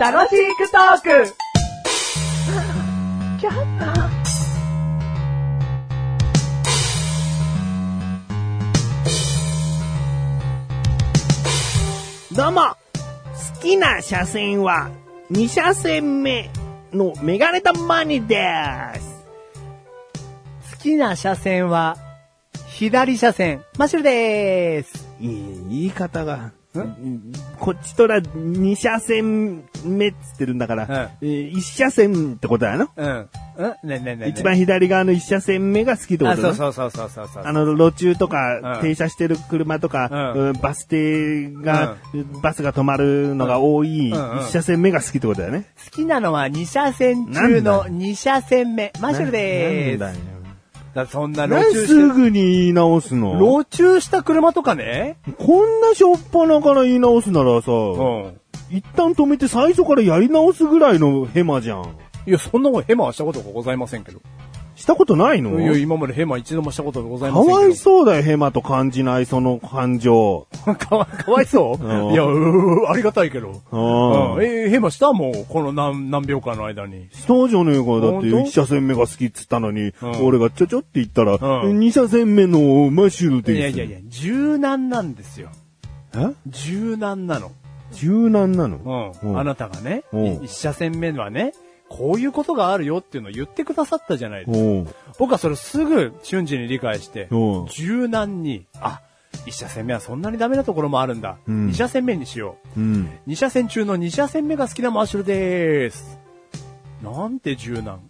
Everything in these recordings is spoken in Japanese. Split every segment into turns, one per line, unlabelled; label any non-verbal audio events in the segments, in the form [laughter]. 楽しくトーク
どうも好きな車線は2車線目のメガネたまにです
好きな車線は、左車線、マッシュルでーす。
いい言い方が。こっちとら2車線目っつってるんだから、えー一1車線ってことだよな。
うん。うんねねね
一番左側の1車線目が好きってこと
あ、
だな
そうそうそうそうそうそう。
あの、路中とか
う、ん
停車してる車とか、
うん
うんバス停が、バスが止まるのが多い、
うんうん
一車線目が好きってことだよね。
好きなのは2車線中の2車線目、マッシュルでーす。
なんだよ
だそんな
なんですぐに言い直すの
路中した車とかね。
こんなしょっぱなから言い直すならさ、
うん。
一旦止めて最初からやり直すぐらいのヘマじゃん。
いや、そんなもんヘマはしたことがございませんけど。
したことないの
いや、今までヘマ一度もしたことがござい
か
ませんけど。
わいそうだよ、ヘマと感じないその感情。
う。 [laughs] かわかわいそう
うん
いや、うーありがたいけど。
うん
うん。え、ヘマしたもう、この何、何秒間の間に。
したじゃねえか。だって、
本当
一車線目が好きっつったのに、
うん
俺がちょちょって言ったら、
うん
二車線目のマッシュル
い
です。
やいやいや、柔軟なんですよ。
え
柔軟なの。
柔軟なの
うん。あなたがね、
うん
い一車線目はね、こういうことがあるよっていうのを言ってくださったじゃないですか。
おう
僕はそれすぐ瞬時に理解して
うん、
柔軟に、あ、一車線目はそんなにダメなところもあるんだ。二、
ん
車線目にしよう。
うん。
二車線中の二車線目が好きなマッシュルでーす。なんて柔軟。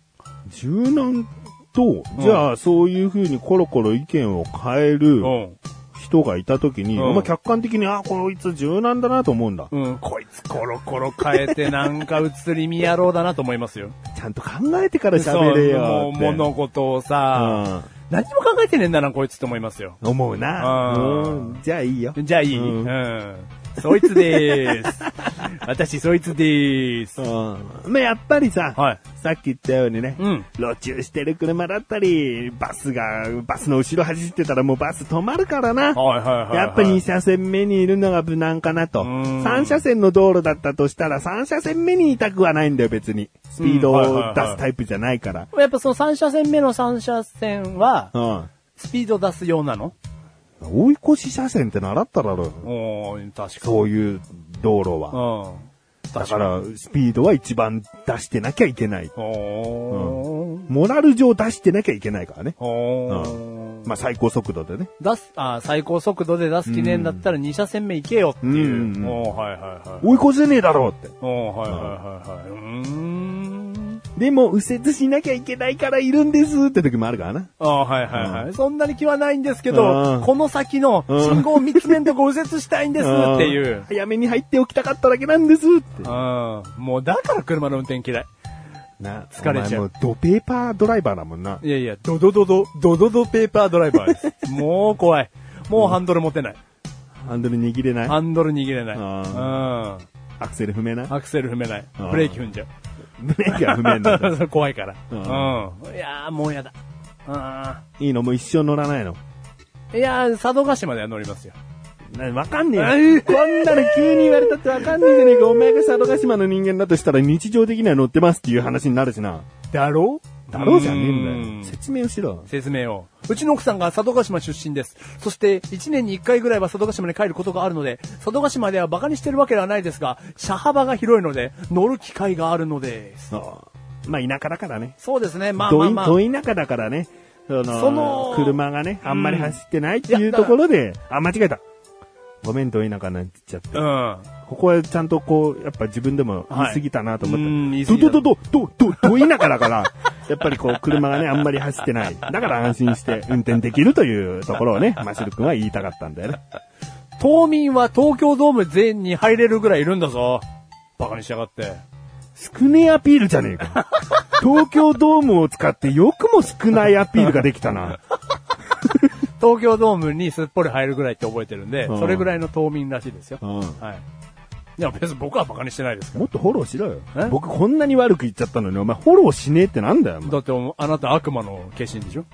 柔軟と、じゃあ、そういう風にコロコロ意見を変える
うん。
人がいたときに、
うん
まあ客観的に、あ、こいつ柔軟だなと思うんだ。
うん、こいつコロコロ変えてなんか移り身野郎だなと思いますよ。
ちゃんと考えてから喋れよ
そう
って。
もう物事をさ、何にも考えてねえんだな、こいつって思いますよ。
うん思うな。
うん
うんじゃあいいよ。
じゃあいい、
う
うんん、そいつでーす。私、そいつでーす。
うんまあやっぱりさ、
はい
さっき言ったようにね、
うん
路中してる車だったり、バスが、バスの後ろ走ってたらもうバス止まるからな。
はいはいはい、はい。
やっぱ2車線目にいるのが無難かなと。
ん
3車線の道路だったとしたら3車線目にいたくはないんだよ別に。スピード
うんはいはいは
を
い
出すタイプじゃないから。
やっぱその3車線目の3車線は、
うん。
スピード出すようなの
追い越し車線って習っただろ。
おー、確かに。
そういう道路は。
うん。
だ
確
か
かに。
ら、スピードは一番出してなきゃいけない。
おー。
モラル上出してなきゃいけないからね。
おー。
まあ最高速度でね。
出す、あー最高速度で出す記念だったら2車線目行けよっていう
う。ん
おー、はいはいはい。
追い越せねえだろうって。
おー、はいはいはいはい。うーん。
でも、右折しなきゃいけないからいるんですって時もあるからな。
ああ、はいはいはい、そんなに気はないんですけ
うん
ど、この先の信号を見つめんとご右折したいんですってい
ん
う。
早めに入っておきたかっただけなんですって
う。ん。もうだから車の運転嫌い。
な、
疲れちゃう
お前もドペーパードライバーだもんな。
いやいや、ドドドド、ドドドペーパードライバーです。もう怖い。もうハンドル持てない。
ハンドル握れない
ハンドル握れない。
あ
う
アクセル踏めない
ん。アクセル踏めない
あー。
ブレーキ踏んじゃう。
ブレーキは踏めんのか
[laughs] 怖いから。
あ
うん。いやー、もうやだ。う
いいのもう一生乗らないの。
ん。いやー、佐渡島では乗りますよ。
なわかんね [laughs] えよ。こんなの急に言われたってわかんねえじゃねえ [laughs] か。お前が佐渡島の人間だとしたら日常的には乗ってますっていう話になるしな。
だろ
だろうじゃねえんだ
う
よ。説明をしろ。
説明を。うちの奥さんが佐渡島出身です。そして、1年に1回ぐらいは佐渡島に帰ることがあるので、佐渡島では馬鹿にしてるわけではないですが、車幅が広いので、乗る機会があるのです。
そう。まあ田舎だからね。
そうですね、まあま
ど
あ
い
まあ。
ど田舎だからね。その、
その
車がね、あんまり走ってないって
い
いう
や
ところで、あ、間違えた。ごめん、ど田舎なんて言っちゃって。
うん。
ここはちゃんとこう、やっぱ自分でも言い過ぎたなと思
はいうん言
っ
い
た。
過
ど
ぎた
どどど、ど、ど、ど田舎だから、やっぱりこう、車がね、あんまり走ってない。だから安心して運転できるというところをね、マシル君は言いたかったんだよね。
島民は東京ドーム全員に入れるぐらいいるんだぞ。馬鹿にしやがって。
少ねえアピールじゃねえか。東京ドームを使ってよくも少ないアピールができたな。
東京ドームにすっぽり入るぐらいって覚えてるんで、
うん
それぐらいの島民らしいですよ。
うん
はい。いや、別に僕は馬鹿にしてないですから
もっとフォローしろよ
え。
僕こんなに悪く言っちゃったのに、お前フォローしねえってなんだよ、お前
だってお、あなた悪魔の化身でしょ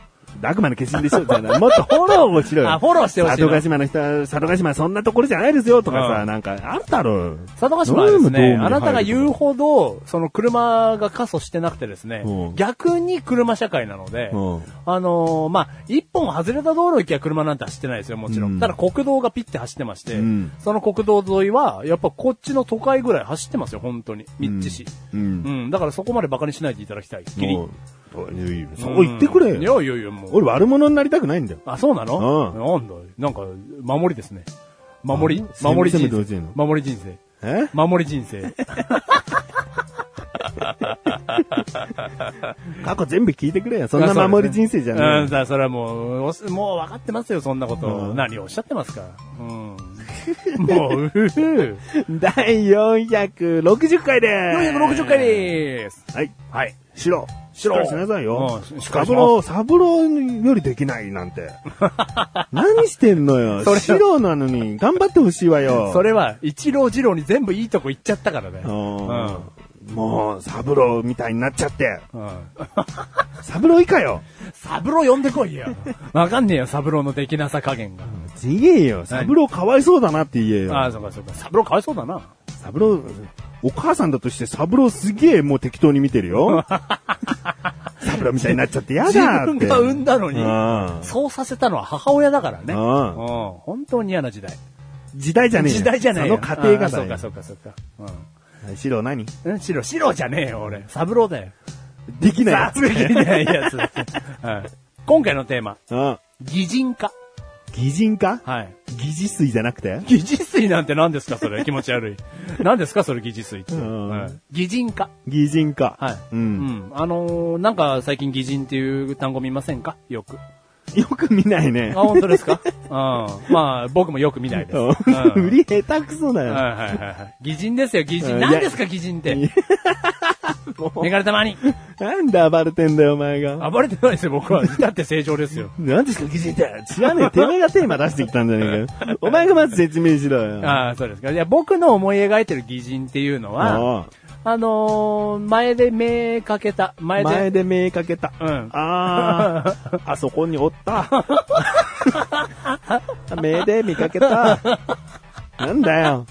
悪魔の化身でしょみたいな。もっとフォローをしろよ。
あフォローしてほしいの
佐渡島の人は、佐渡島そんなところじゃないですよとかさ、
うん
なんか、あるだろう。
佐渡島はです
どうい
ね、
うの
あなたが言う
ど
ほど、その車が過疎してなくてですね、
うん
逆に車社会なので、
うん
あのーまあ、一本外れた道路行きは車なんて走ってないですよ、もちろん。
うん
ただ国道がピッて走ってまして、
うん
その国道沿いは、やっぱこっちの都会ぐらい走ってますよ、本当に。密知市。
う
うん
ん。、
だからそこまで馬鹿にしないでいただきたい。きり。
うんいやいやそう言ってくれ
うんい
よ。
やいやいや、もう。
俺悪者になりたくないんだよ。
あ、そうなの
う
なんだなんか、守りですね。守り
うん
守り
攻
人
めてほしい
生
の。
守り人生。
え
守り人生。
過去全部聞いてくれよ。そんな守り人生じゃ
ね。う、
なんい。
だからそれはもう、おしもう分かってますよ、そんなこと。
うん
何をおっしゃってますか。
[laughs]
うん。もう、うふふ。
第460回でーす。
460回でーす。
はい。
はい。
白。
白
しっかりしなさいよ。
うんしっか
サブ
りします
ロー、サブローよりできないなん
[laughs]
て。何してんのよ
そ。れ
白なのに頑張ってほしいわよ。
それは、一郎二郎に全部いいとこ行っちゃったからね。
う
うん。
ん。もう、サブローみたいになっちゃって。
うん。
サブロー以下よ。
サブロー呼んでこいよ。わかんねえよ、サブローのできなさ加減が。
ちげえよ。サブローかわいそうだなって言え
ああ、
よ。
そうかそうか。サブローかわいそうだな。
サブロー、お母さんだとしてサブローすげえもう適当に見てる
[laughs]
よ。サブローみたいになっちゃってやだっ
自
て。
分が産んだのに、
うん
そうさせたのは母親だからね。
う
うんん。本当に嫌な時代。
時代じゃねえよ
時代じゃないよ。
その家庭
あ
が
ーそう
だ
か
よ。
そうかそうか。う
白何
ん。うん、白、白じゃねえよ、俺。サブローだよ。
できないや
雑できないやつ。はい今回のテーマ、
つ。 [laughs] うん。
擬人化。
擬人化
はい。
疑似水じゃなくて
疑似水なんて何ですかそれ気持ち悪い。何ですかそれ疑似水って。
ん
はい擬人化。
擬人化。
はい。
うん。
うん。あのー、なんか最近擬人っていう単語見ませんかよく。
よく見ないね
あ、。本当ですか [laughs] うん。まあ、僕もよく見ないです。
う
うん
[laughs]
ん
売り下手くそだよ。
はいはいはいはい。擬人ですよ、擬
う
人。
ん
何ですか、擬人って。
いや
[laughs] メガネた [laughs] まに。
なんで暴れてんだよ、お前が。
暴れてないですよ、僕は。だって正常ですよ。
何ですか、擬人って。知らねえ。てめえがテーマ出してきたんじゃねえか
[laughs]
よ。お前がまず説明しろよ。
ああ、そうですか。いや、僕の思い描いてる擬人っていうの
あ
は、あのー、前で目かけた。前で。
前で目かけた。
うん。 [laughs]
ああ、あそこにおった。 [laughs] 目で見かけた。なんだよ。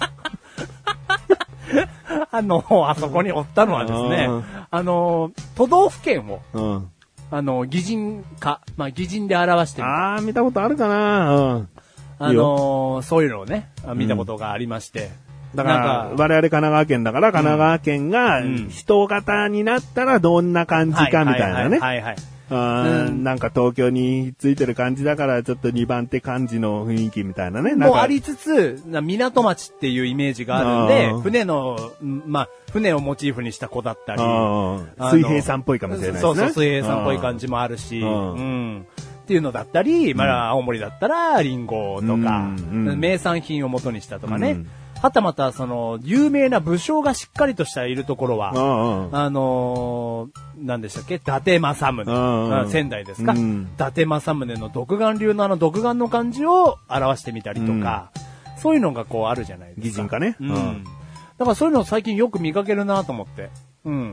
あのー、あそこにおったのはですね
うん、
あのー、都道府県を、
うん。
あのー、擬人化。まあ、擬人で表してる。
ああ、見たことあるかな。うん。
あのー、そういうのをね、あ見たことがありまして。
だから、
な
我
ん
々神奈川県だから、神奈川県が
うん
人型になったらどんな感じかみたいなね。
はいはいはいはい。
あー
うん
なんか東京についてる感じだから、ちょっと2番手感じの雰囲気みたいなね。なん
もう
か
ありつつ、な港町っていうイメージがあるん
あー
で、船の、んまあ、船をモチーフにした子だったり、
あ
あの
ー水平さんっぽいかもしれないですね。
そうそう、水平さんっぽい感じもあるし、
う
うんん。っていうのだったり、まあ、青森だったら、リンゴとか、
うんうん
名産品を元にしたとかね。
うん
はたまた、その、有名な武将がしっかりとしたいるところ
あ
は、
ー。うんうん
あのー、何でしたっけ伊達政宗。
うん
あ仙台ですか、
うん
伊達政宗の独眼流のあの独眼の感じを表してみたりとか、そういうのがこうあるじゃないで
擬
すか。
人化ね。
う
うんん。
だからそういうのを最近よく見かけるなと思って。うん。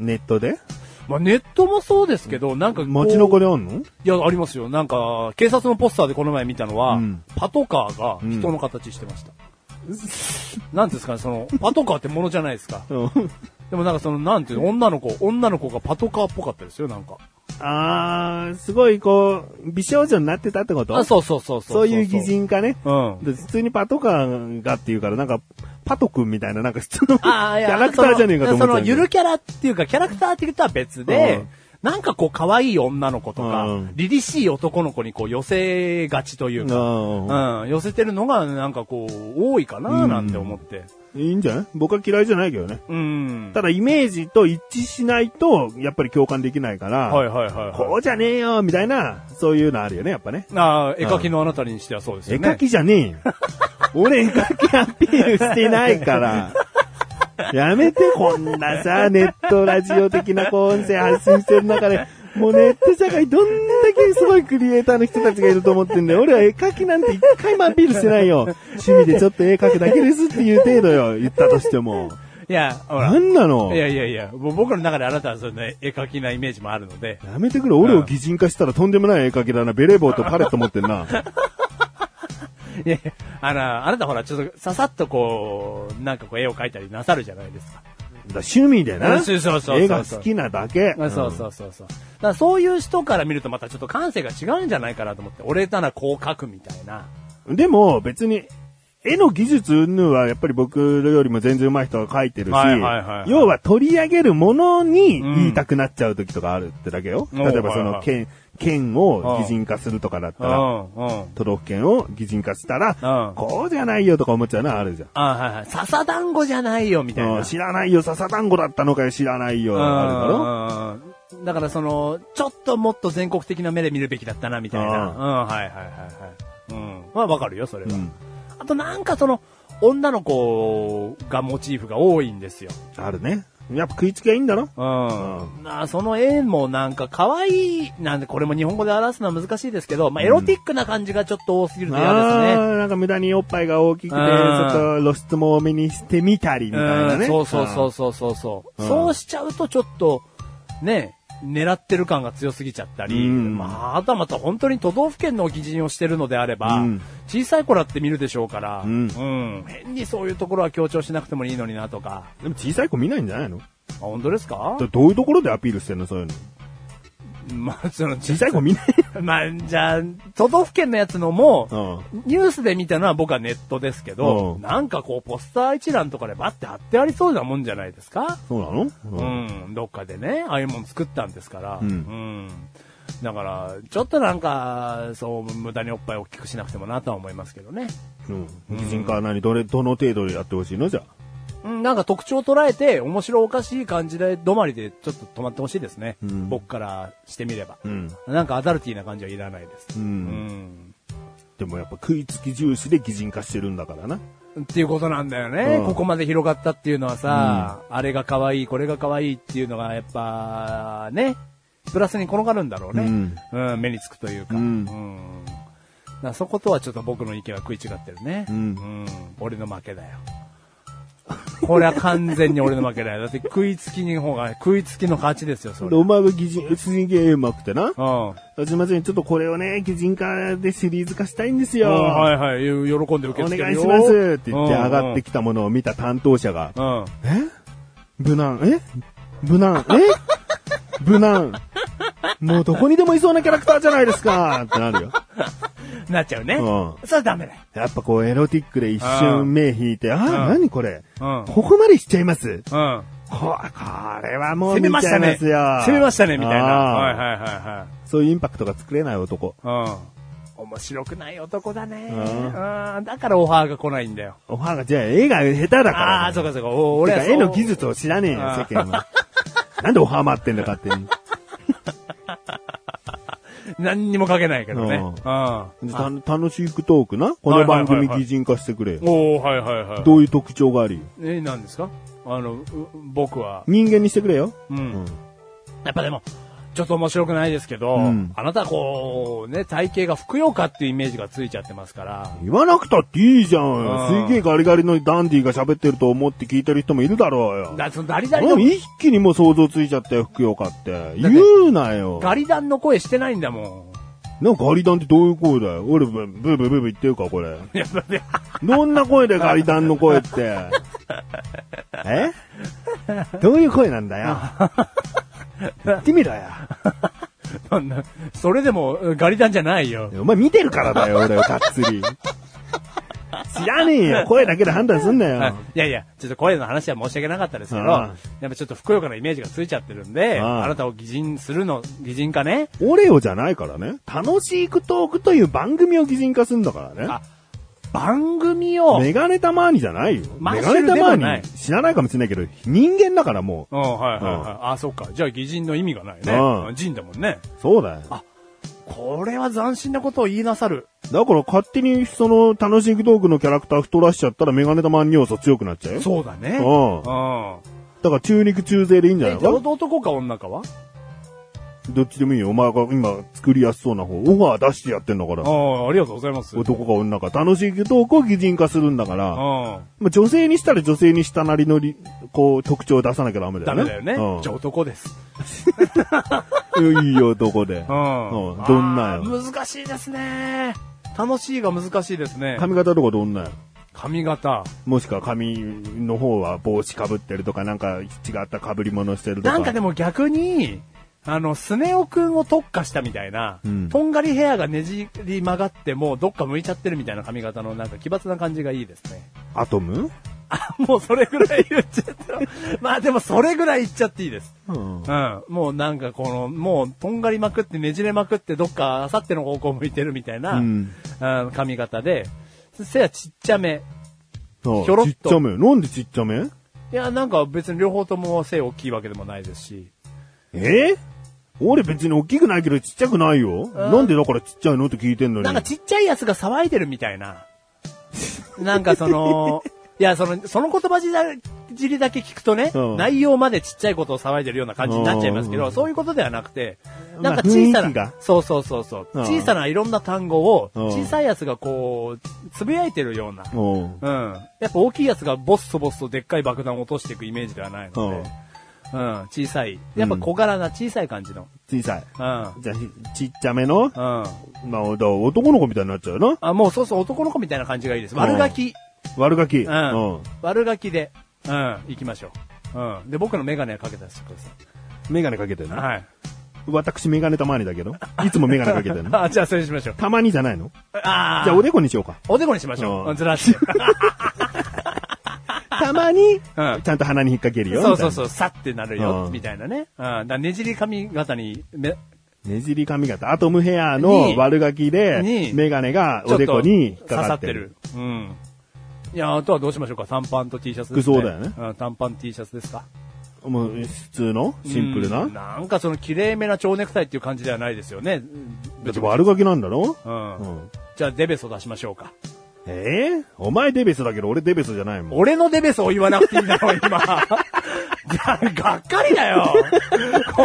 ネットで
まあネットもそうですけど、なんかこう
街の子でおんの
いや、ありますよ。なんか、警察のポスターでこの前見たのは、
うん
パトカーが人の形してました。なんていうんですかね、その、パトカーってものじゃないですか。でもなんかその、なんていうの、女の子、女の子がパトカーっぽかったですよ、なんか。
ああ、すごいこう、美少女になってたってこと
あ、そうそうそうそう。
そういう擬。人化ね。
うん。
で普通にパトカーがっていうから、なんか、パト君みたいな、なんか普通のキ
ああ、いや
ャラクターじゃねえかと思っ
その、
た
そのゆるキャラっていうか、キャラクターっていうとは別で、
うん
なんかこう、可愛い女の子とか、
うん
凛々しい男の子にこう、寄せがちというか、
ああ
うん、寄せてるのが、なんかこう、多いかな、なんて思って。
いいんじゃない僕は嫌いじゃないけどね。
うん。
ただ、イメージと一致しないと、やっぱり共感できないから、
はいはいはい、
こ
は
うじゃねえよ、みたいな、そういうのあるよね、やっぱね。
い。ああ、絵描きのあなたにしてはそうです
絵
よね。
描きじゃねえ
[laughs]
よ。俺絵描きアピールしてないから。やめて、こんなさ、ネットラジオ的なこう音声発信してる中で、もうネット社会どんだけすごいクリエイターの人たちがいると思ってんだよ。俺は絵描きなんて一回もアピールしてないよ。趣味でちょっと絵描くだけですっていう程度よ、言ったとしても。
いや、ほら。
なんなの
いやいやいや、もう僕の中であなたはそんな絵描きなイメージもあるので。
やめてくれ、俺を擬人化したらとんでもない絵描きだな。ベレー帽とパレット持ってん [laughs] な。
いやいや、あの、あなたほら、ちょっとささっとこう、なんかこう絵を描いたりなさるじゃないですか。
だ趣味でな。
そうそうそうそう
絵が好きなだけ。
あそうそうそうそう。だからそういう人から見るとまたちょっと感性が違うんじゃないかなと思って、俺ならこう書くみたいな。
うんでも、別に、絵の技術云々はやっぱり僕よりも全然上手い人が描いてるし、
はいはいはいはい
要は取り上げるものに言いたくなっちゃう時とかあるってだけよ。
うん
例えばそ
はいは
の
い
剣、剣を擬人化するとかだった
う
ら、
ん、うん。
都道府県を擬人化した
う
ら
ん、
こうじゃないよとか思っちゃうのはあるじゃん。
あはいはい。笹団子じゃないよ、みたい
うん
な。
知らないよ、笹団子だったのかよ、知らないよ、あるだろ
あるだろだからその、ちょっともっと全国的な目で見るべきだったな、みたいな。
う
うん、はいはいはいはい。うん。まあわかるよ、それは。
うん
あとなんかその、女の子がモチーフが多いんですよ。
あるね。やっぱ食いつきはいいんだろ
うん。なあその絵もなんか可愛い、なんでこれも日本語で表すのは難しいですけど、まあエロティックな感じがちょっと多すぎると嫌ですね。
あーなんか無駄におっぱいが大きくて、ち
うん
ょっと露出も多めにしてみたりみたいなね。
そうそうそうそうそうそう、
うん
そうしちゃうとちょっと、ね、狙ってる感が強すぎちゃったり、
うん
まあ、あとはまた本当に都道府県の擬人をしてるのであれば、
うん
小さい子だって見るでしょうから、
うん
うん変にそういうところは強調しなくてもいいのになとか、
うん。でも小さい子見ないんじゃないの
あ本当ですか
どどういうところでアピールしてんのそういうの。
まあ、その
小さい子見ない。
[laughs] まあ、じゃあ、都道府県のやつのも、
[laughs] うん。
ニュースで見たのは僕はネットですけど、
うん
なんかこう、ポスター一覧とかでバッて貼ってありそうなもんじゃないですか
そうなの
う
うん
ん、どっかでね、ああいうもん作ったんですから、
うん
んだから、ちょっとなんか、そう、無駄におっぱい大きくしなくてもなとは思いますけどね。
うん。擬人化は何どれ、どの程度でやってほしいのじゃあ。
うん、なんか特徴を捉えて、面白おかしい感じで、止まりでちょっと止まってほしいですね。
うん
僕からしてみれば。
うん。
なんかアダルティーな感じはいらないです。
う。
うんん
でもやっぱ食いつき重視で擬人化してるんだからな。
っていうことなんだよね。
うん
ここまで広がったっていうのはさ、あれが可愛い、これが可愛いっていうのがやっぱ、ね、プラスに転がるんだろうね。うん、目につくというか。
うん
うんだからそことはちょっと僕の意見は食い違ってるね。
うん
うん俺の負けだよ。これは完全に俺の負けだよ。だって食いつきの方が、食いつきの勝ちですよ、そ
で、
れ。う
お
ん。
前が擬人、すげえうまくてな。
うん
すいません、ちょっとこれをね、擬人化でシリーズ化したいんですよ。
はいはい、喜んで受け
お
付け
願
る
い
よ。
しますって言って上がってきたものを見た担当者が、
うん。うん
え無難、え無難、え無難。もうどこにでもいそうなキャラクターじゃないですかってなるよ。
なっちゃうね。
う
それはダメだよ。
やっぱこうエロティックで一瞬目引いて、あー、
うん
何これ、
うん
ここまでしちゃいます
うん。
ここれはもう
攻
見
めまし
ちゃ
た
いま
ね。
すよ。
攻めましたね、みたいな。
あー
はいはいは
そういうインパクトが作れない男。
いはい。うん。面白くない男だね。
う
うんん。だからオファーが来ないんだよ。
おはが、じゃあ絵が下手だから、
ああー、そうかそうか。お
俺
俺は
は
そう
絵の技術を知らねえよ、
あ
世
ー
間は。なんでおはまってんだかって。
何にも書けないけどね。
う
うんん。
た楽しくトークなこの番組擬人化してくれよ。
おおはいはいはい。
どういう特徴があり
え、何ですかあの、う僕は。
人間にしてくれよ。
う。。
うん
やっぱでも、ちょっと面白くないですけど、
うん
あなたこう、ね、体型がふくよかっていうイメージがついちゃってますから。
言わなくたっていいじゃ
うん
ん。すげえガリガリのダンディが喋ってると思って聞いてる人もいるだろうよ。
だそのダリダリ
も
の
う一気にもう想像ついちゃったよ、福岡って。
だって
言うなよ。
ガリダンの声してないんだも
なんかガリダンってどういう声だよ。俺、ブーブーブーブー言ってるか、これ。
ん。い [laughs] や、だって、
どんな声でガリダンの声
[laughs]
って。えどういう声なんだ
[laughs]
よ。言ってみろよ。
そんな、それでもガリダンじゃないよ。
お前見てるからだよ、俺をがっつり。知らねえよ。声だけで判断すんなよ。
いやいや、ちょっと声の話は申し訳なかったですけど、
あ
やっぱちょっとふくよかなイメージがついちゃってるんで、
ああ
あなたを擬人するの、擬人化ね。
オレオじゃないからね。楽しくトークという番組を擬人化すんだからね。
あ番組を、
メガネタマーニじゃないよ。
マ
メ
ッシ
ガ
ュル
ネタ
でも
マ
な
ー
い
ニ知らないかもしれないけど、人間だからも
うん、はいはいはい。
う
あ、そっか。じゃあ擬人の意味がないね。
ああ
人だもんね。
う。そうだよ。
あこれは斬新なことを言いなさる。
だから勝手にその楽しくトークのキャラクター太らしちゃったらメガネタマーニ要素強くなっちゃうよ。
そうだね。
うん
うん。
だから中肉中背でいいんじゃな
え、
い
じゃあ
か
男か女かは
どっちでもいいよ。お前が今作りやすそうな方、オファー出してやってんだから
あ。あ、ありがとうございます。うん。
男か女か楽しいトークを擬人化するんだから、
あ
まあ、女性にしたら女性にしたなりのり、こう、特徴を出さなきゃダメだ
ダ
よね。
メだよね。じゃあ男です。
うん。いい男で。うんどんなよ。
あ難しいですね。
楽しいが難しいですね。
髪型とかどんなよ。
髪型。
もしくは髪の方は帽子かぶってるとか、なんか違った被り物してるとか。
なんかでも逆に、あの、スネ夫くんを特化したみたいな、
うん
とんがりヘアがねじり曲がってもうどっか向いちゃってるみたいな髪型のなんか奇抜な感じがいいですね。 [laughs]
アトム
あ、もうそれぐら [laughs] い言っちゃった。まあでもそれぐらい言っちゃっていいです。
うん。
うん。もうなんかこの、もうとんがりまくってねじれまくってどっかあさっての方向向いてるみたいな、
うん
あの髪型で、背はちっちゃめ。
そう
ひょろっ
ち
と
っちゃめ。なんでちっちゃめ
いや、なんか別に両方とも背大きいわけでもないですし。
え俺別に大きくないけどちっちゃくないよ。なんでだからちっちゃいのって聞いてんのに。
なんかちっちゃいやつが騒いでるみたいな。なんかその、
[laughs]
いや、その、その言葉じだじりだけ聞くとね、
うん
内容までちっちゃいことを騒いでるような感じになっちゃいますけ
う
ど、
ん
そういうことではなくて、
ま
な
あ
んか小さ
雰囲気が
な、そうそうそうそう、
うん
小さないろんな単語を、
うん
小さいやつがこう、つぶやいてるような。
うん。
うん。やっぱ大きいやつがボスとボスとでっかい爆弾を落としていくイメージではないので、うん、小さい。やっぱ小柄な小さい感じの。
小さい。
うん。
じゃあ、ちっちゃめの、
うん。
まあ、だから男の子みたいになっちゃうな。
あ、もうそうそう男の子みたいな感じがいいです。
うん
悪ガキ。
悪ガキ。
う。ん。悪ガキで、うん、行きましょう。うん。で、僕のメガネかけたらしてくださ
メガネかけてる
い。
な。
はい。
私メガネたまにだけど。いつもメガネかけてる
[laughs]
の。
あ、じゃあそれにしましょう。
たまにじゃないの
ああ。
じゃあおでこにしようか。
おでこにしましょ
うん
う。ずらして。
[laughs] たまに、
うん
ちゃんと鼻に引っ掛けるよ。。
そうそうそうう、さってなるよ
う、ん
みたいなね。うん。だからねじり髪型に、め、
ねじり髪型。アトムヘアの
に
悪ガキで
に、
メガネがおでこに引っ
刺
か
さ
か
っ
っててる。
る。うん。いや、あとはどうしましょうか。短パンと T シャツです、
服装だよね
うん、短パン T シャツですか。
もう普通のシンプル
う。
なん
なんかその綺麗めな蝶ネクタイっていう感じではないですよね。うん
だって悪ガキなんだろ
うん。
うん。
じゃあデベソ出しましょうか。
ええお前デベソだけど俺デベソじゃないもん。
俺のデベソを言わなくていいんだよ、今。 [laughs] がっかり
[laughs]
だよ。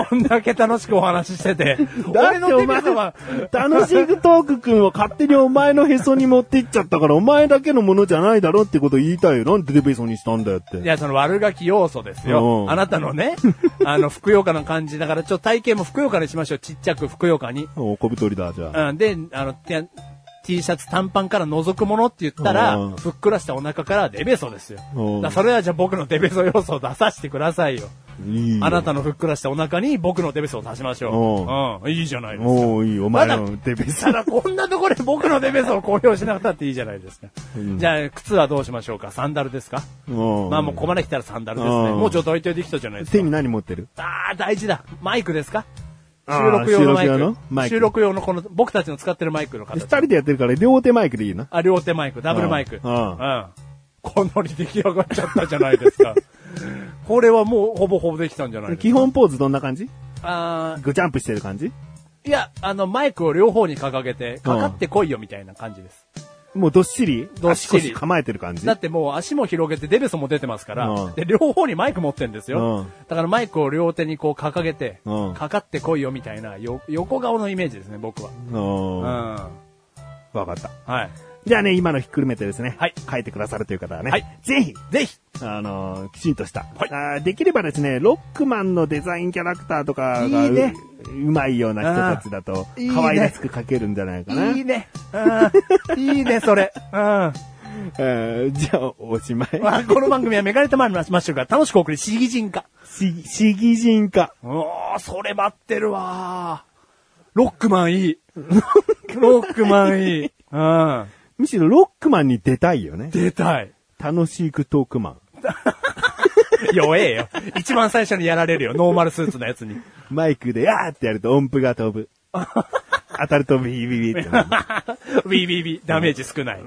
こんだけ楽しくお話ししてて。俺のデベソは、
楽しくトークくんを勝手にお前のへそに持っていっちゃったから、お前だけのものじゃないだろってこと言いたいよ。なんでデベソにしたんだよって。
いや、その悪ガキ要素です
う
よ。
ん
あなたの
[laughs]
ね、あの、ふくよかな感じだから、ちょっと体型もふくよかにしましょう。ちっちゃくふくよかに。
お小太りだ、じゃあ。
うん、で、あの、て T シャツ短パンから覗くものって言ったら
うん、
ふっくらしたお腹からデベソですよ。
うん
だからそれはじゃあ僕のデベソ要素を出させてくださいよ。
いいよ
あなたのふっくらしたお腹に僕のデベソを足しましょう。うん、いいじゃないですか。
おういいよお前のデベソ
た。だこんなところで僕のデベソを公表しなくたっていいじゃないですか。じゃあ、靴はどうしましょうかサンダルですか
ま
まあもうここまで来たらサンダルですね。
うん
もうちょっと置いといてきたじゃないです
手
か。
に何持ってる
ああ、大事だ。マイクですか
あー
収録用のマイ
収録用のマイク
ク収録用のこの、僕たちの使ってるマイクの
二
形。
人でやってるから両手マイクでいいな。
あ、両手マイク、ダブルマイク。
うんうん
このり出来上がっちゃったじゃないですか。 [laughs] これはもうほぼほぼできたんじゃないですか。
基本ポーズどんな感じ
あー
グジャンプしてる感じ
いや、あの、マイクを両方に掲げて、かかってこいよみたいな感じです。
もうどっしり
どっしり
足腰構えてる感じ
だってもう足も広げてデベソも出てますから、
うん
で、両方にマイク持ってんです
う
よ
ん。
だからマイクを両手にこう掲げて、
うん
かかってこいよみたいな、よ、横顔のイメージですね、僕は。
うん
うん。
わ
は
かった。
い。
じゃあね、今のひっくるめてですね。
はい
書いてくださるという方はね。
はい
ぜひ、
ぜひ
あのーきちんとした。
はい
あーできればですね、ロックマンのデザインキャラクターとかが
いいね
ううまいような人たちだと、
ーいいね
可愛らしく書けるんじゃないかな。
いいね。う
[laughs]
ん。いいね、それ。うん。
えーじゃあ、おしまい。
まあ、この番組はメガネたまりましょうから楽しくお送り、しぎじんか。
し、しぎじんか。
おー、それ待ってるわーロックマンい
[laughs]
い。ロックマンいい。うん。
むしろロックマンに出たいよね。
出たい。
楽しくトークマン。
弱えよ。一番最初にやられるよ、ノーマルスーツのやつに。
マイクで、やーってやると音符が飛
[laughs]
ぶ。当たるとビビビってなる。
ビビビ、ダメージ少ない。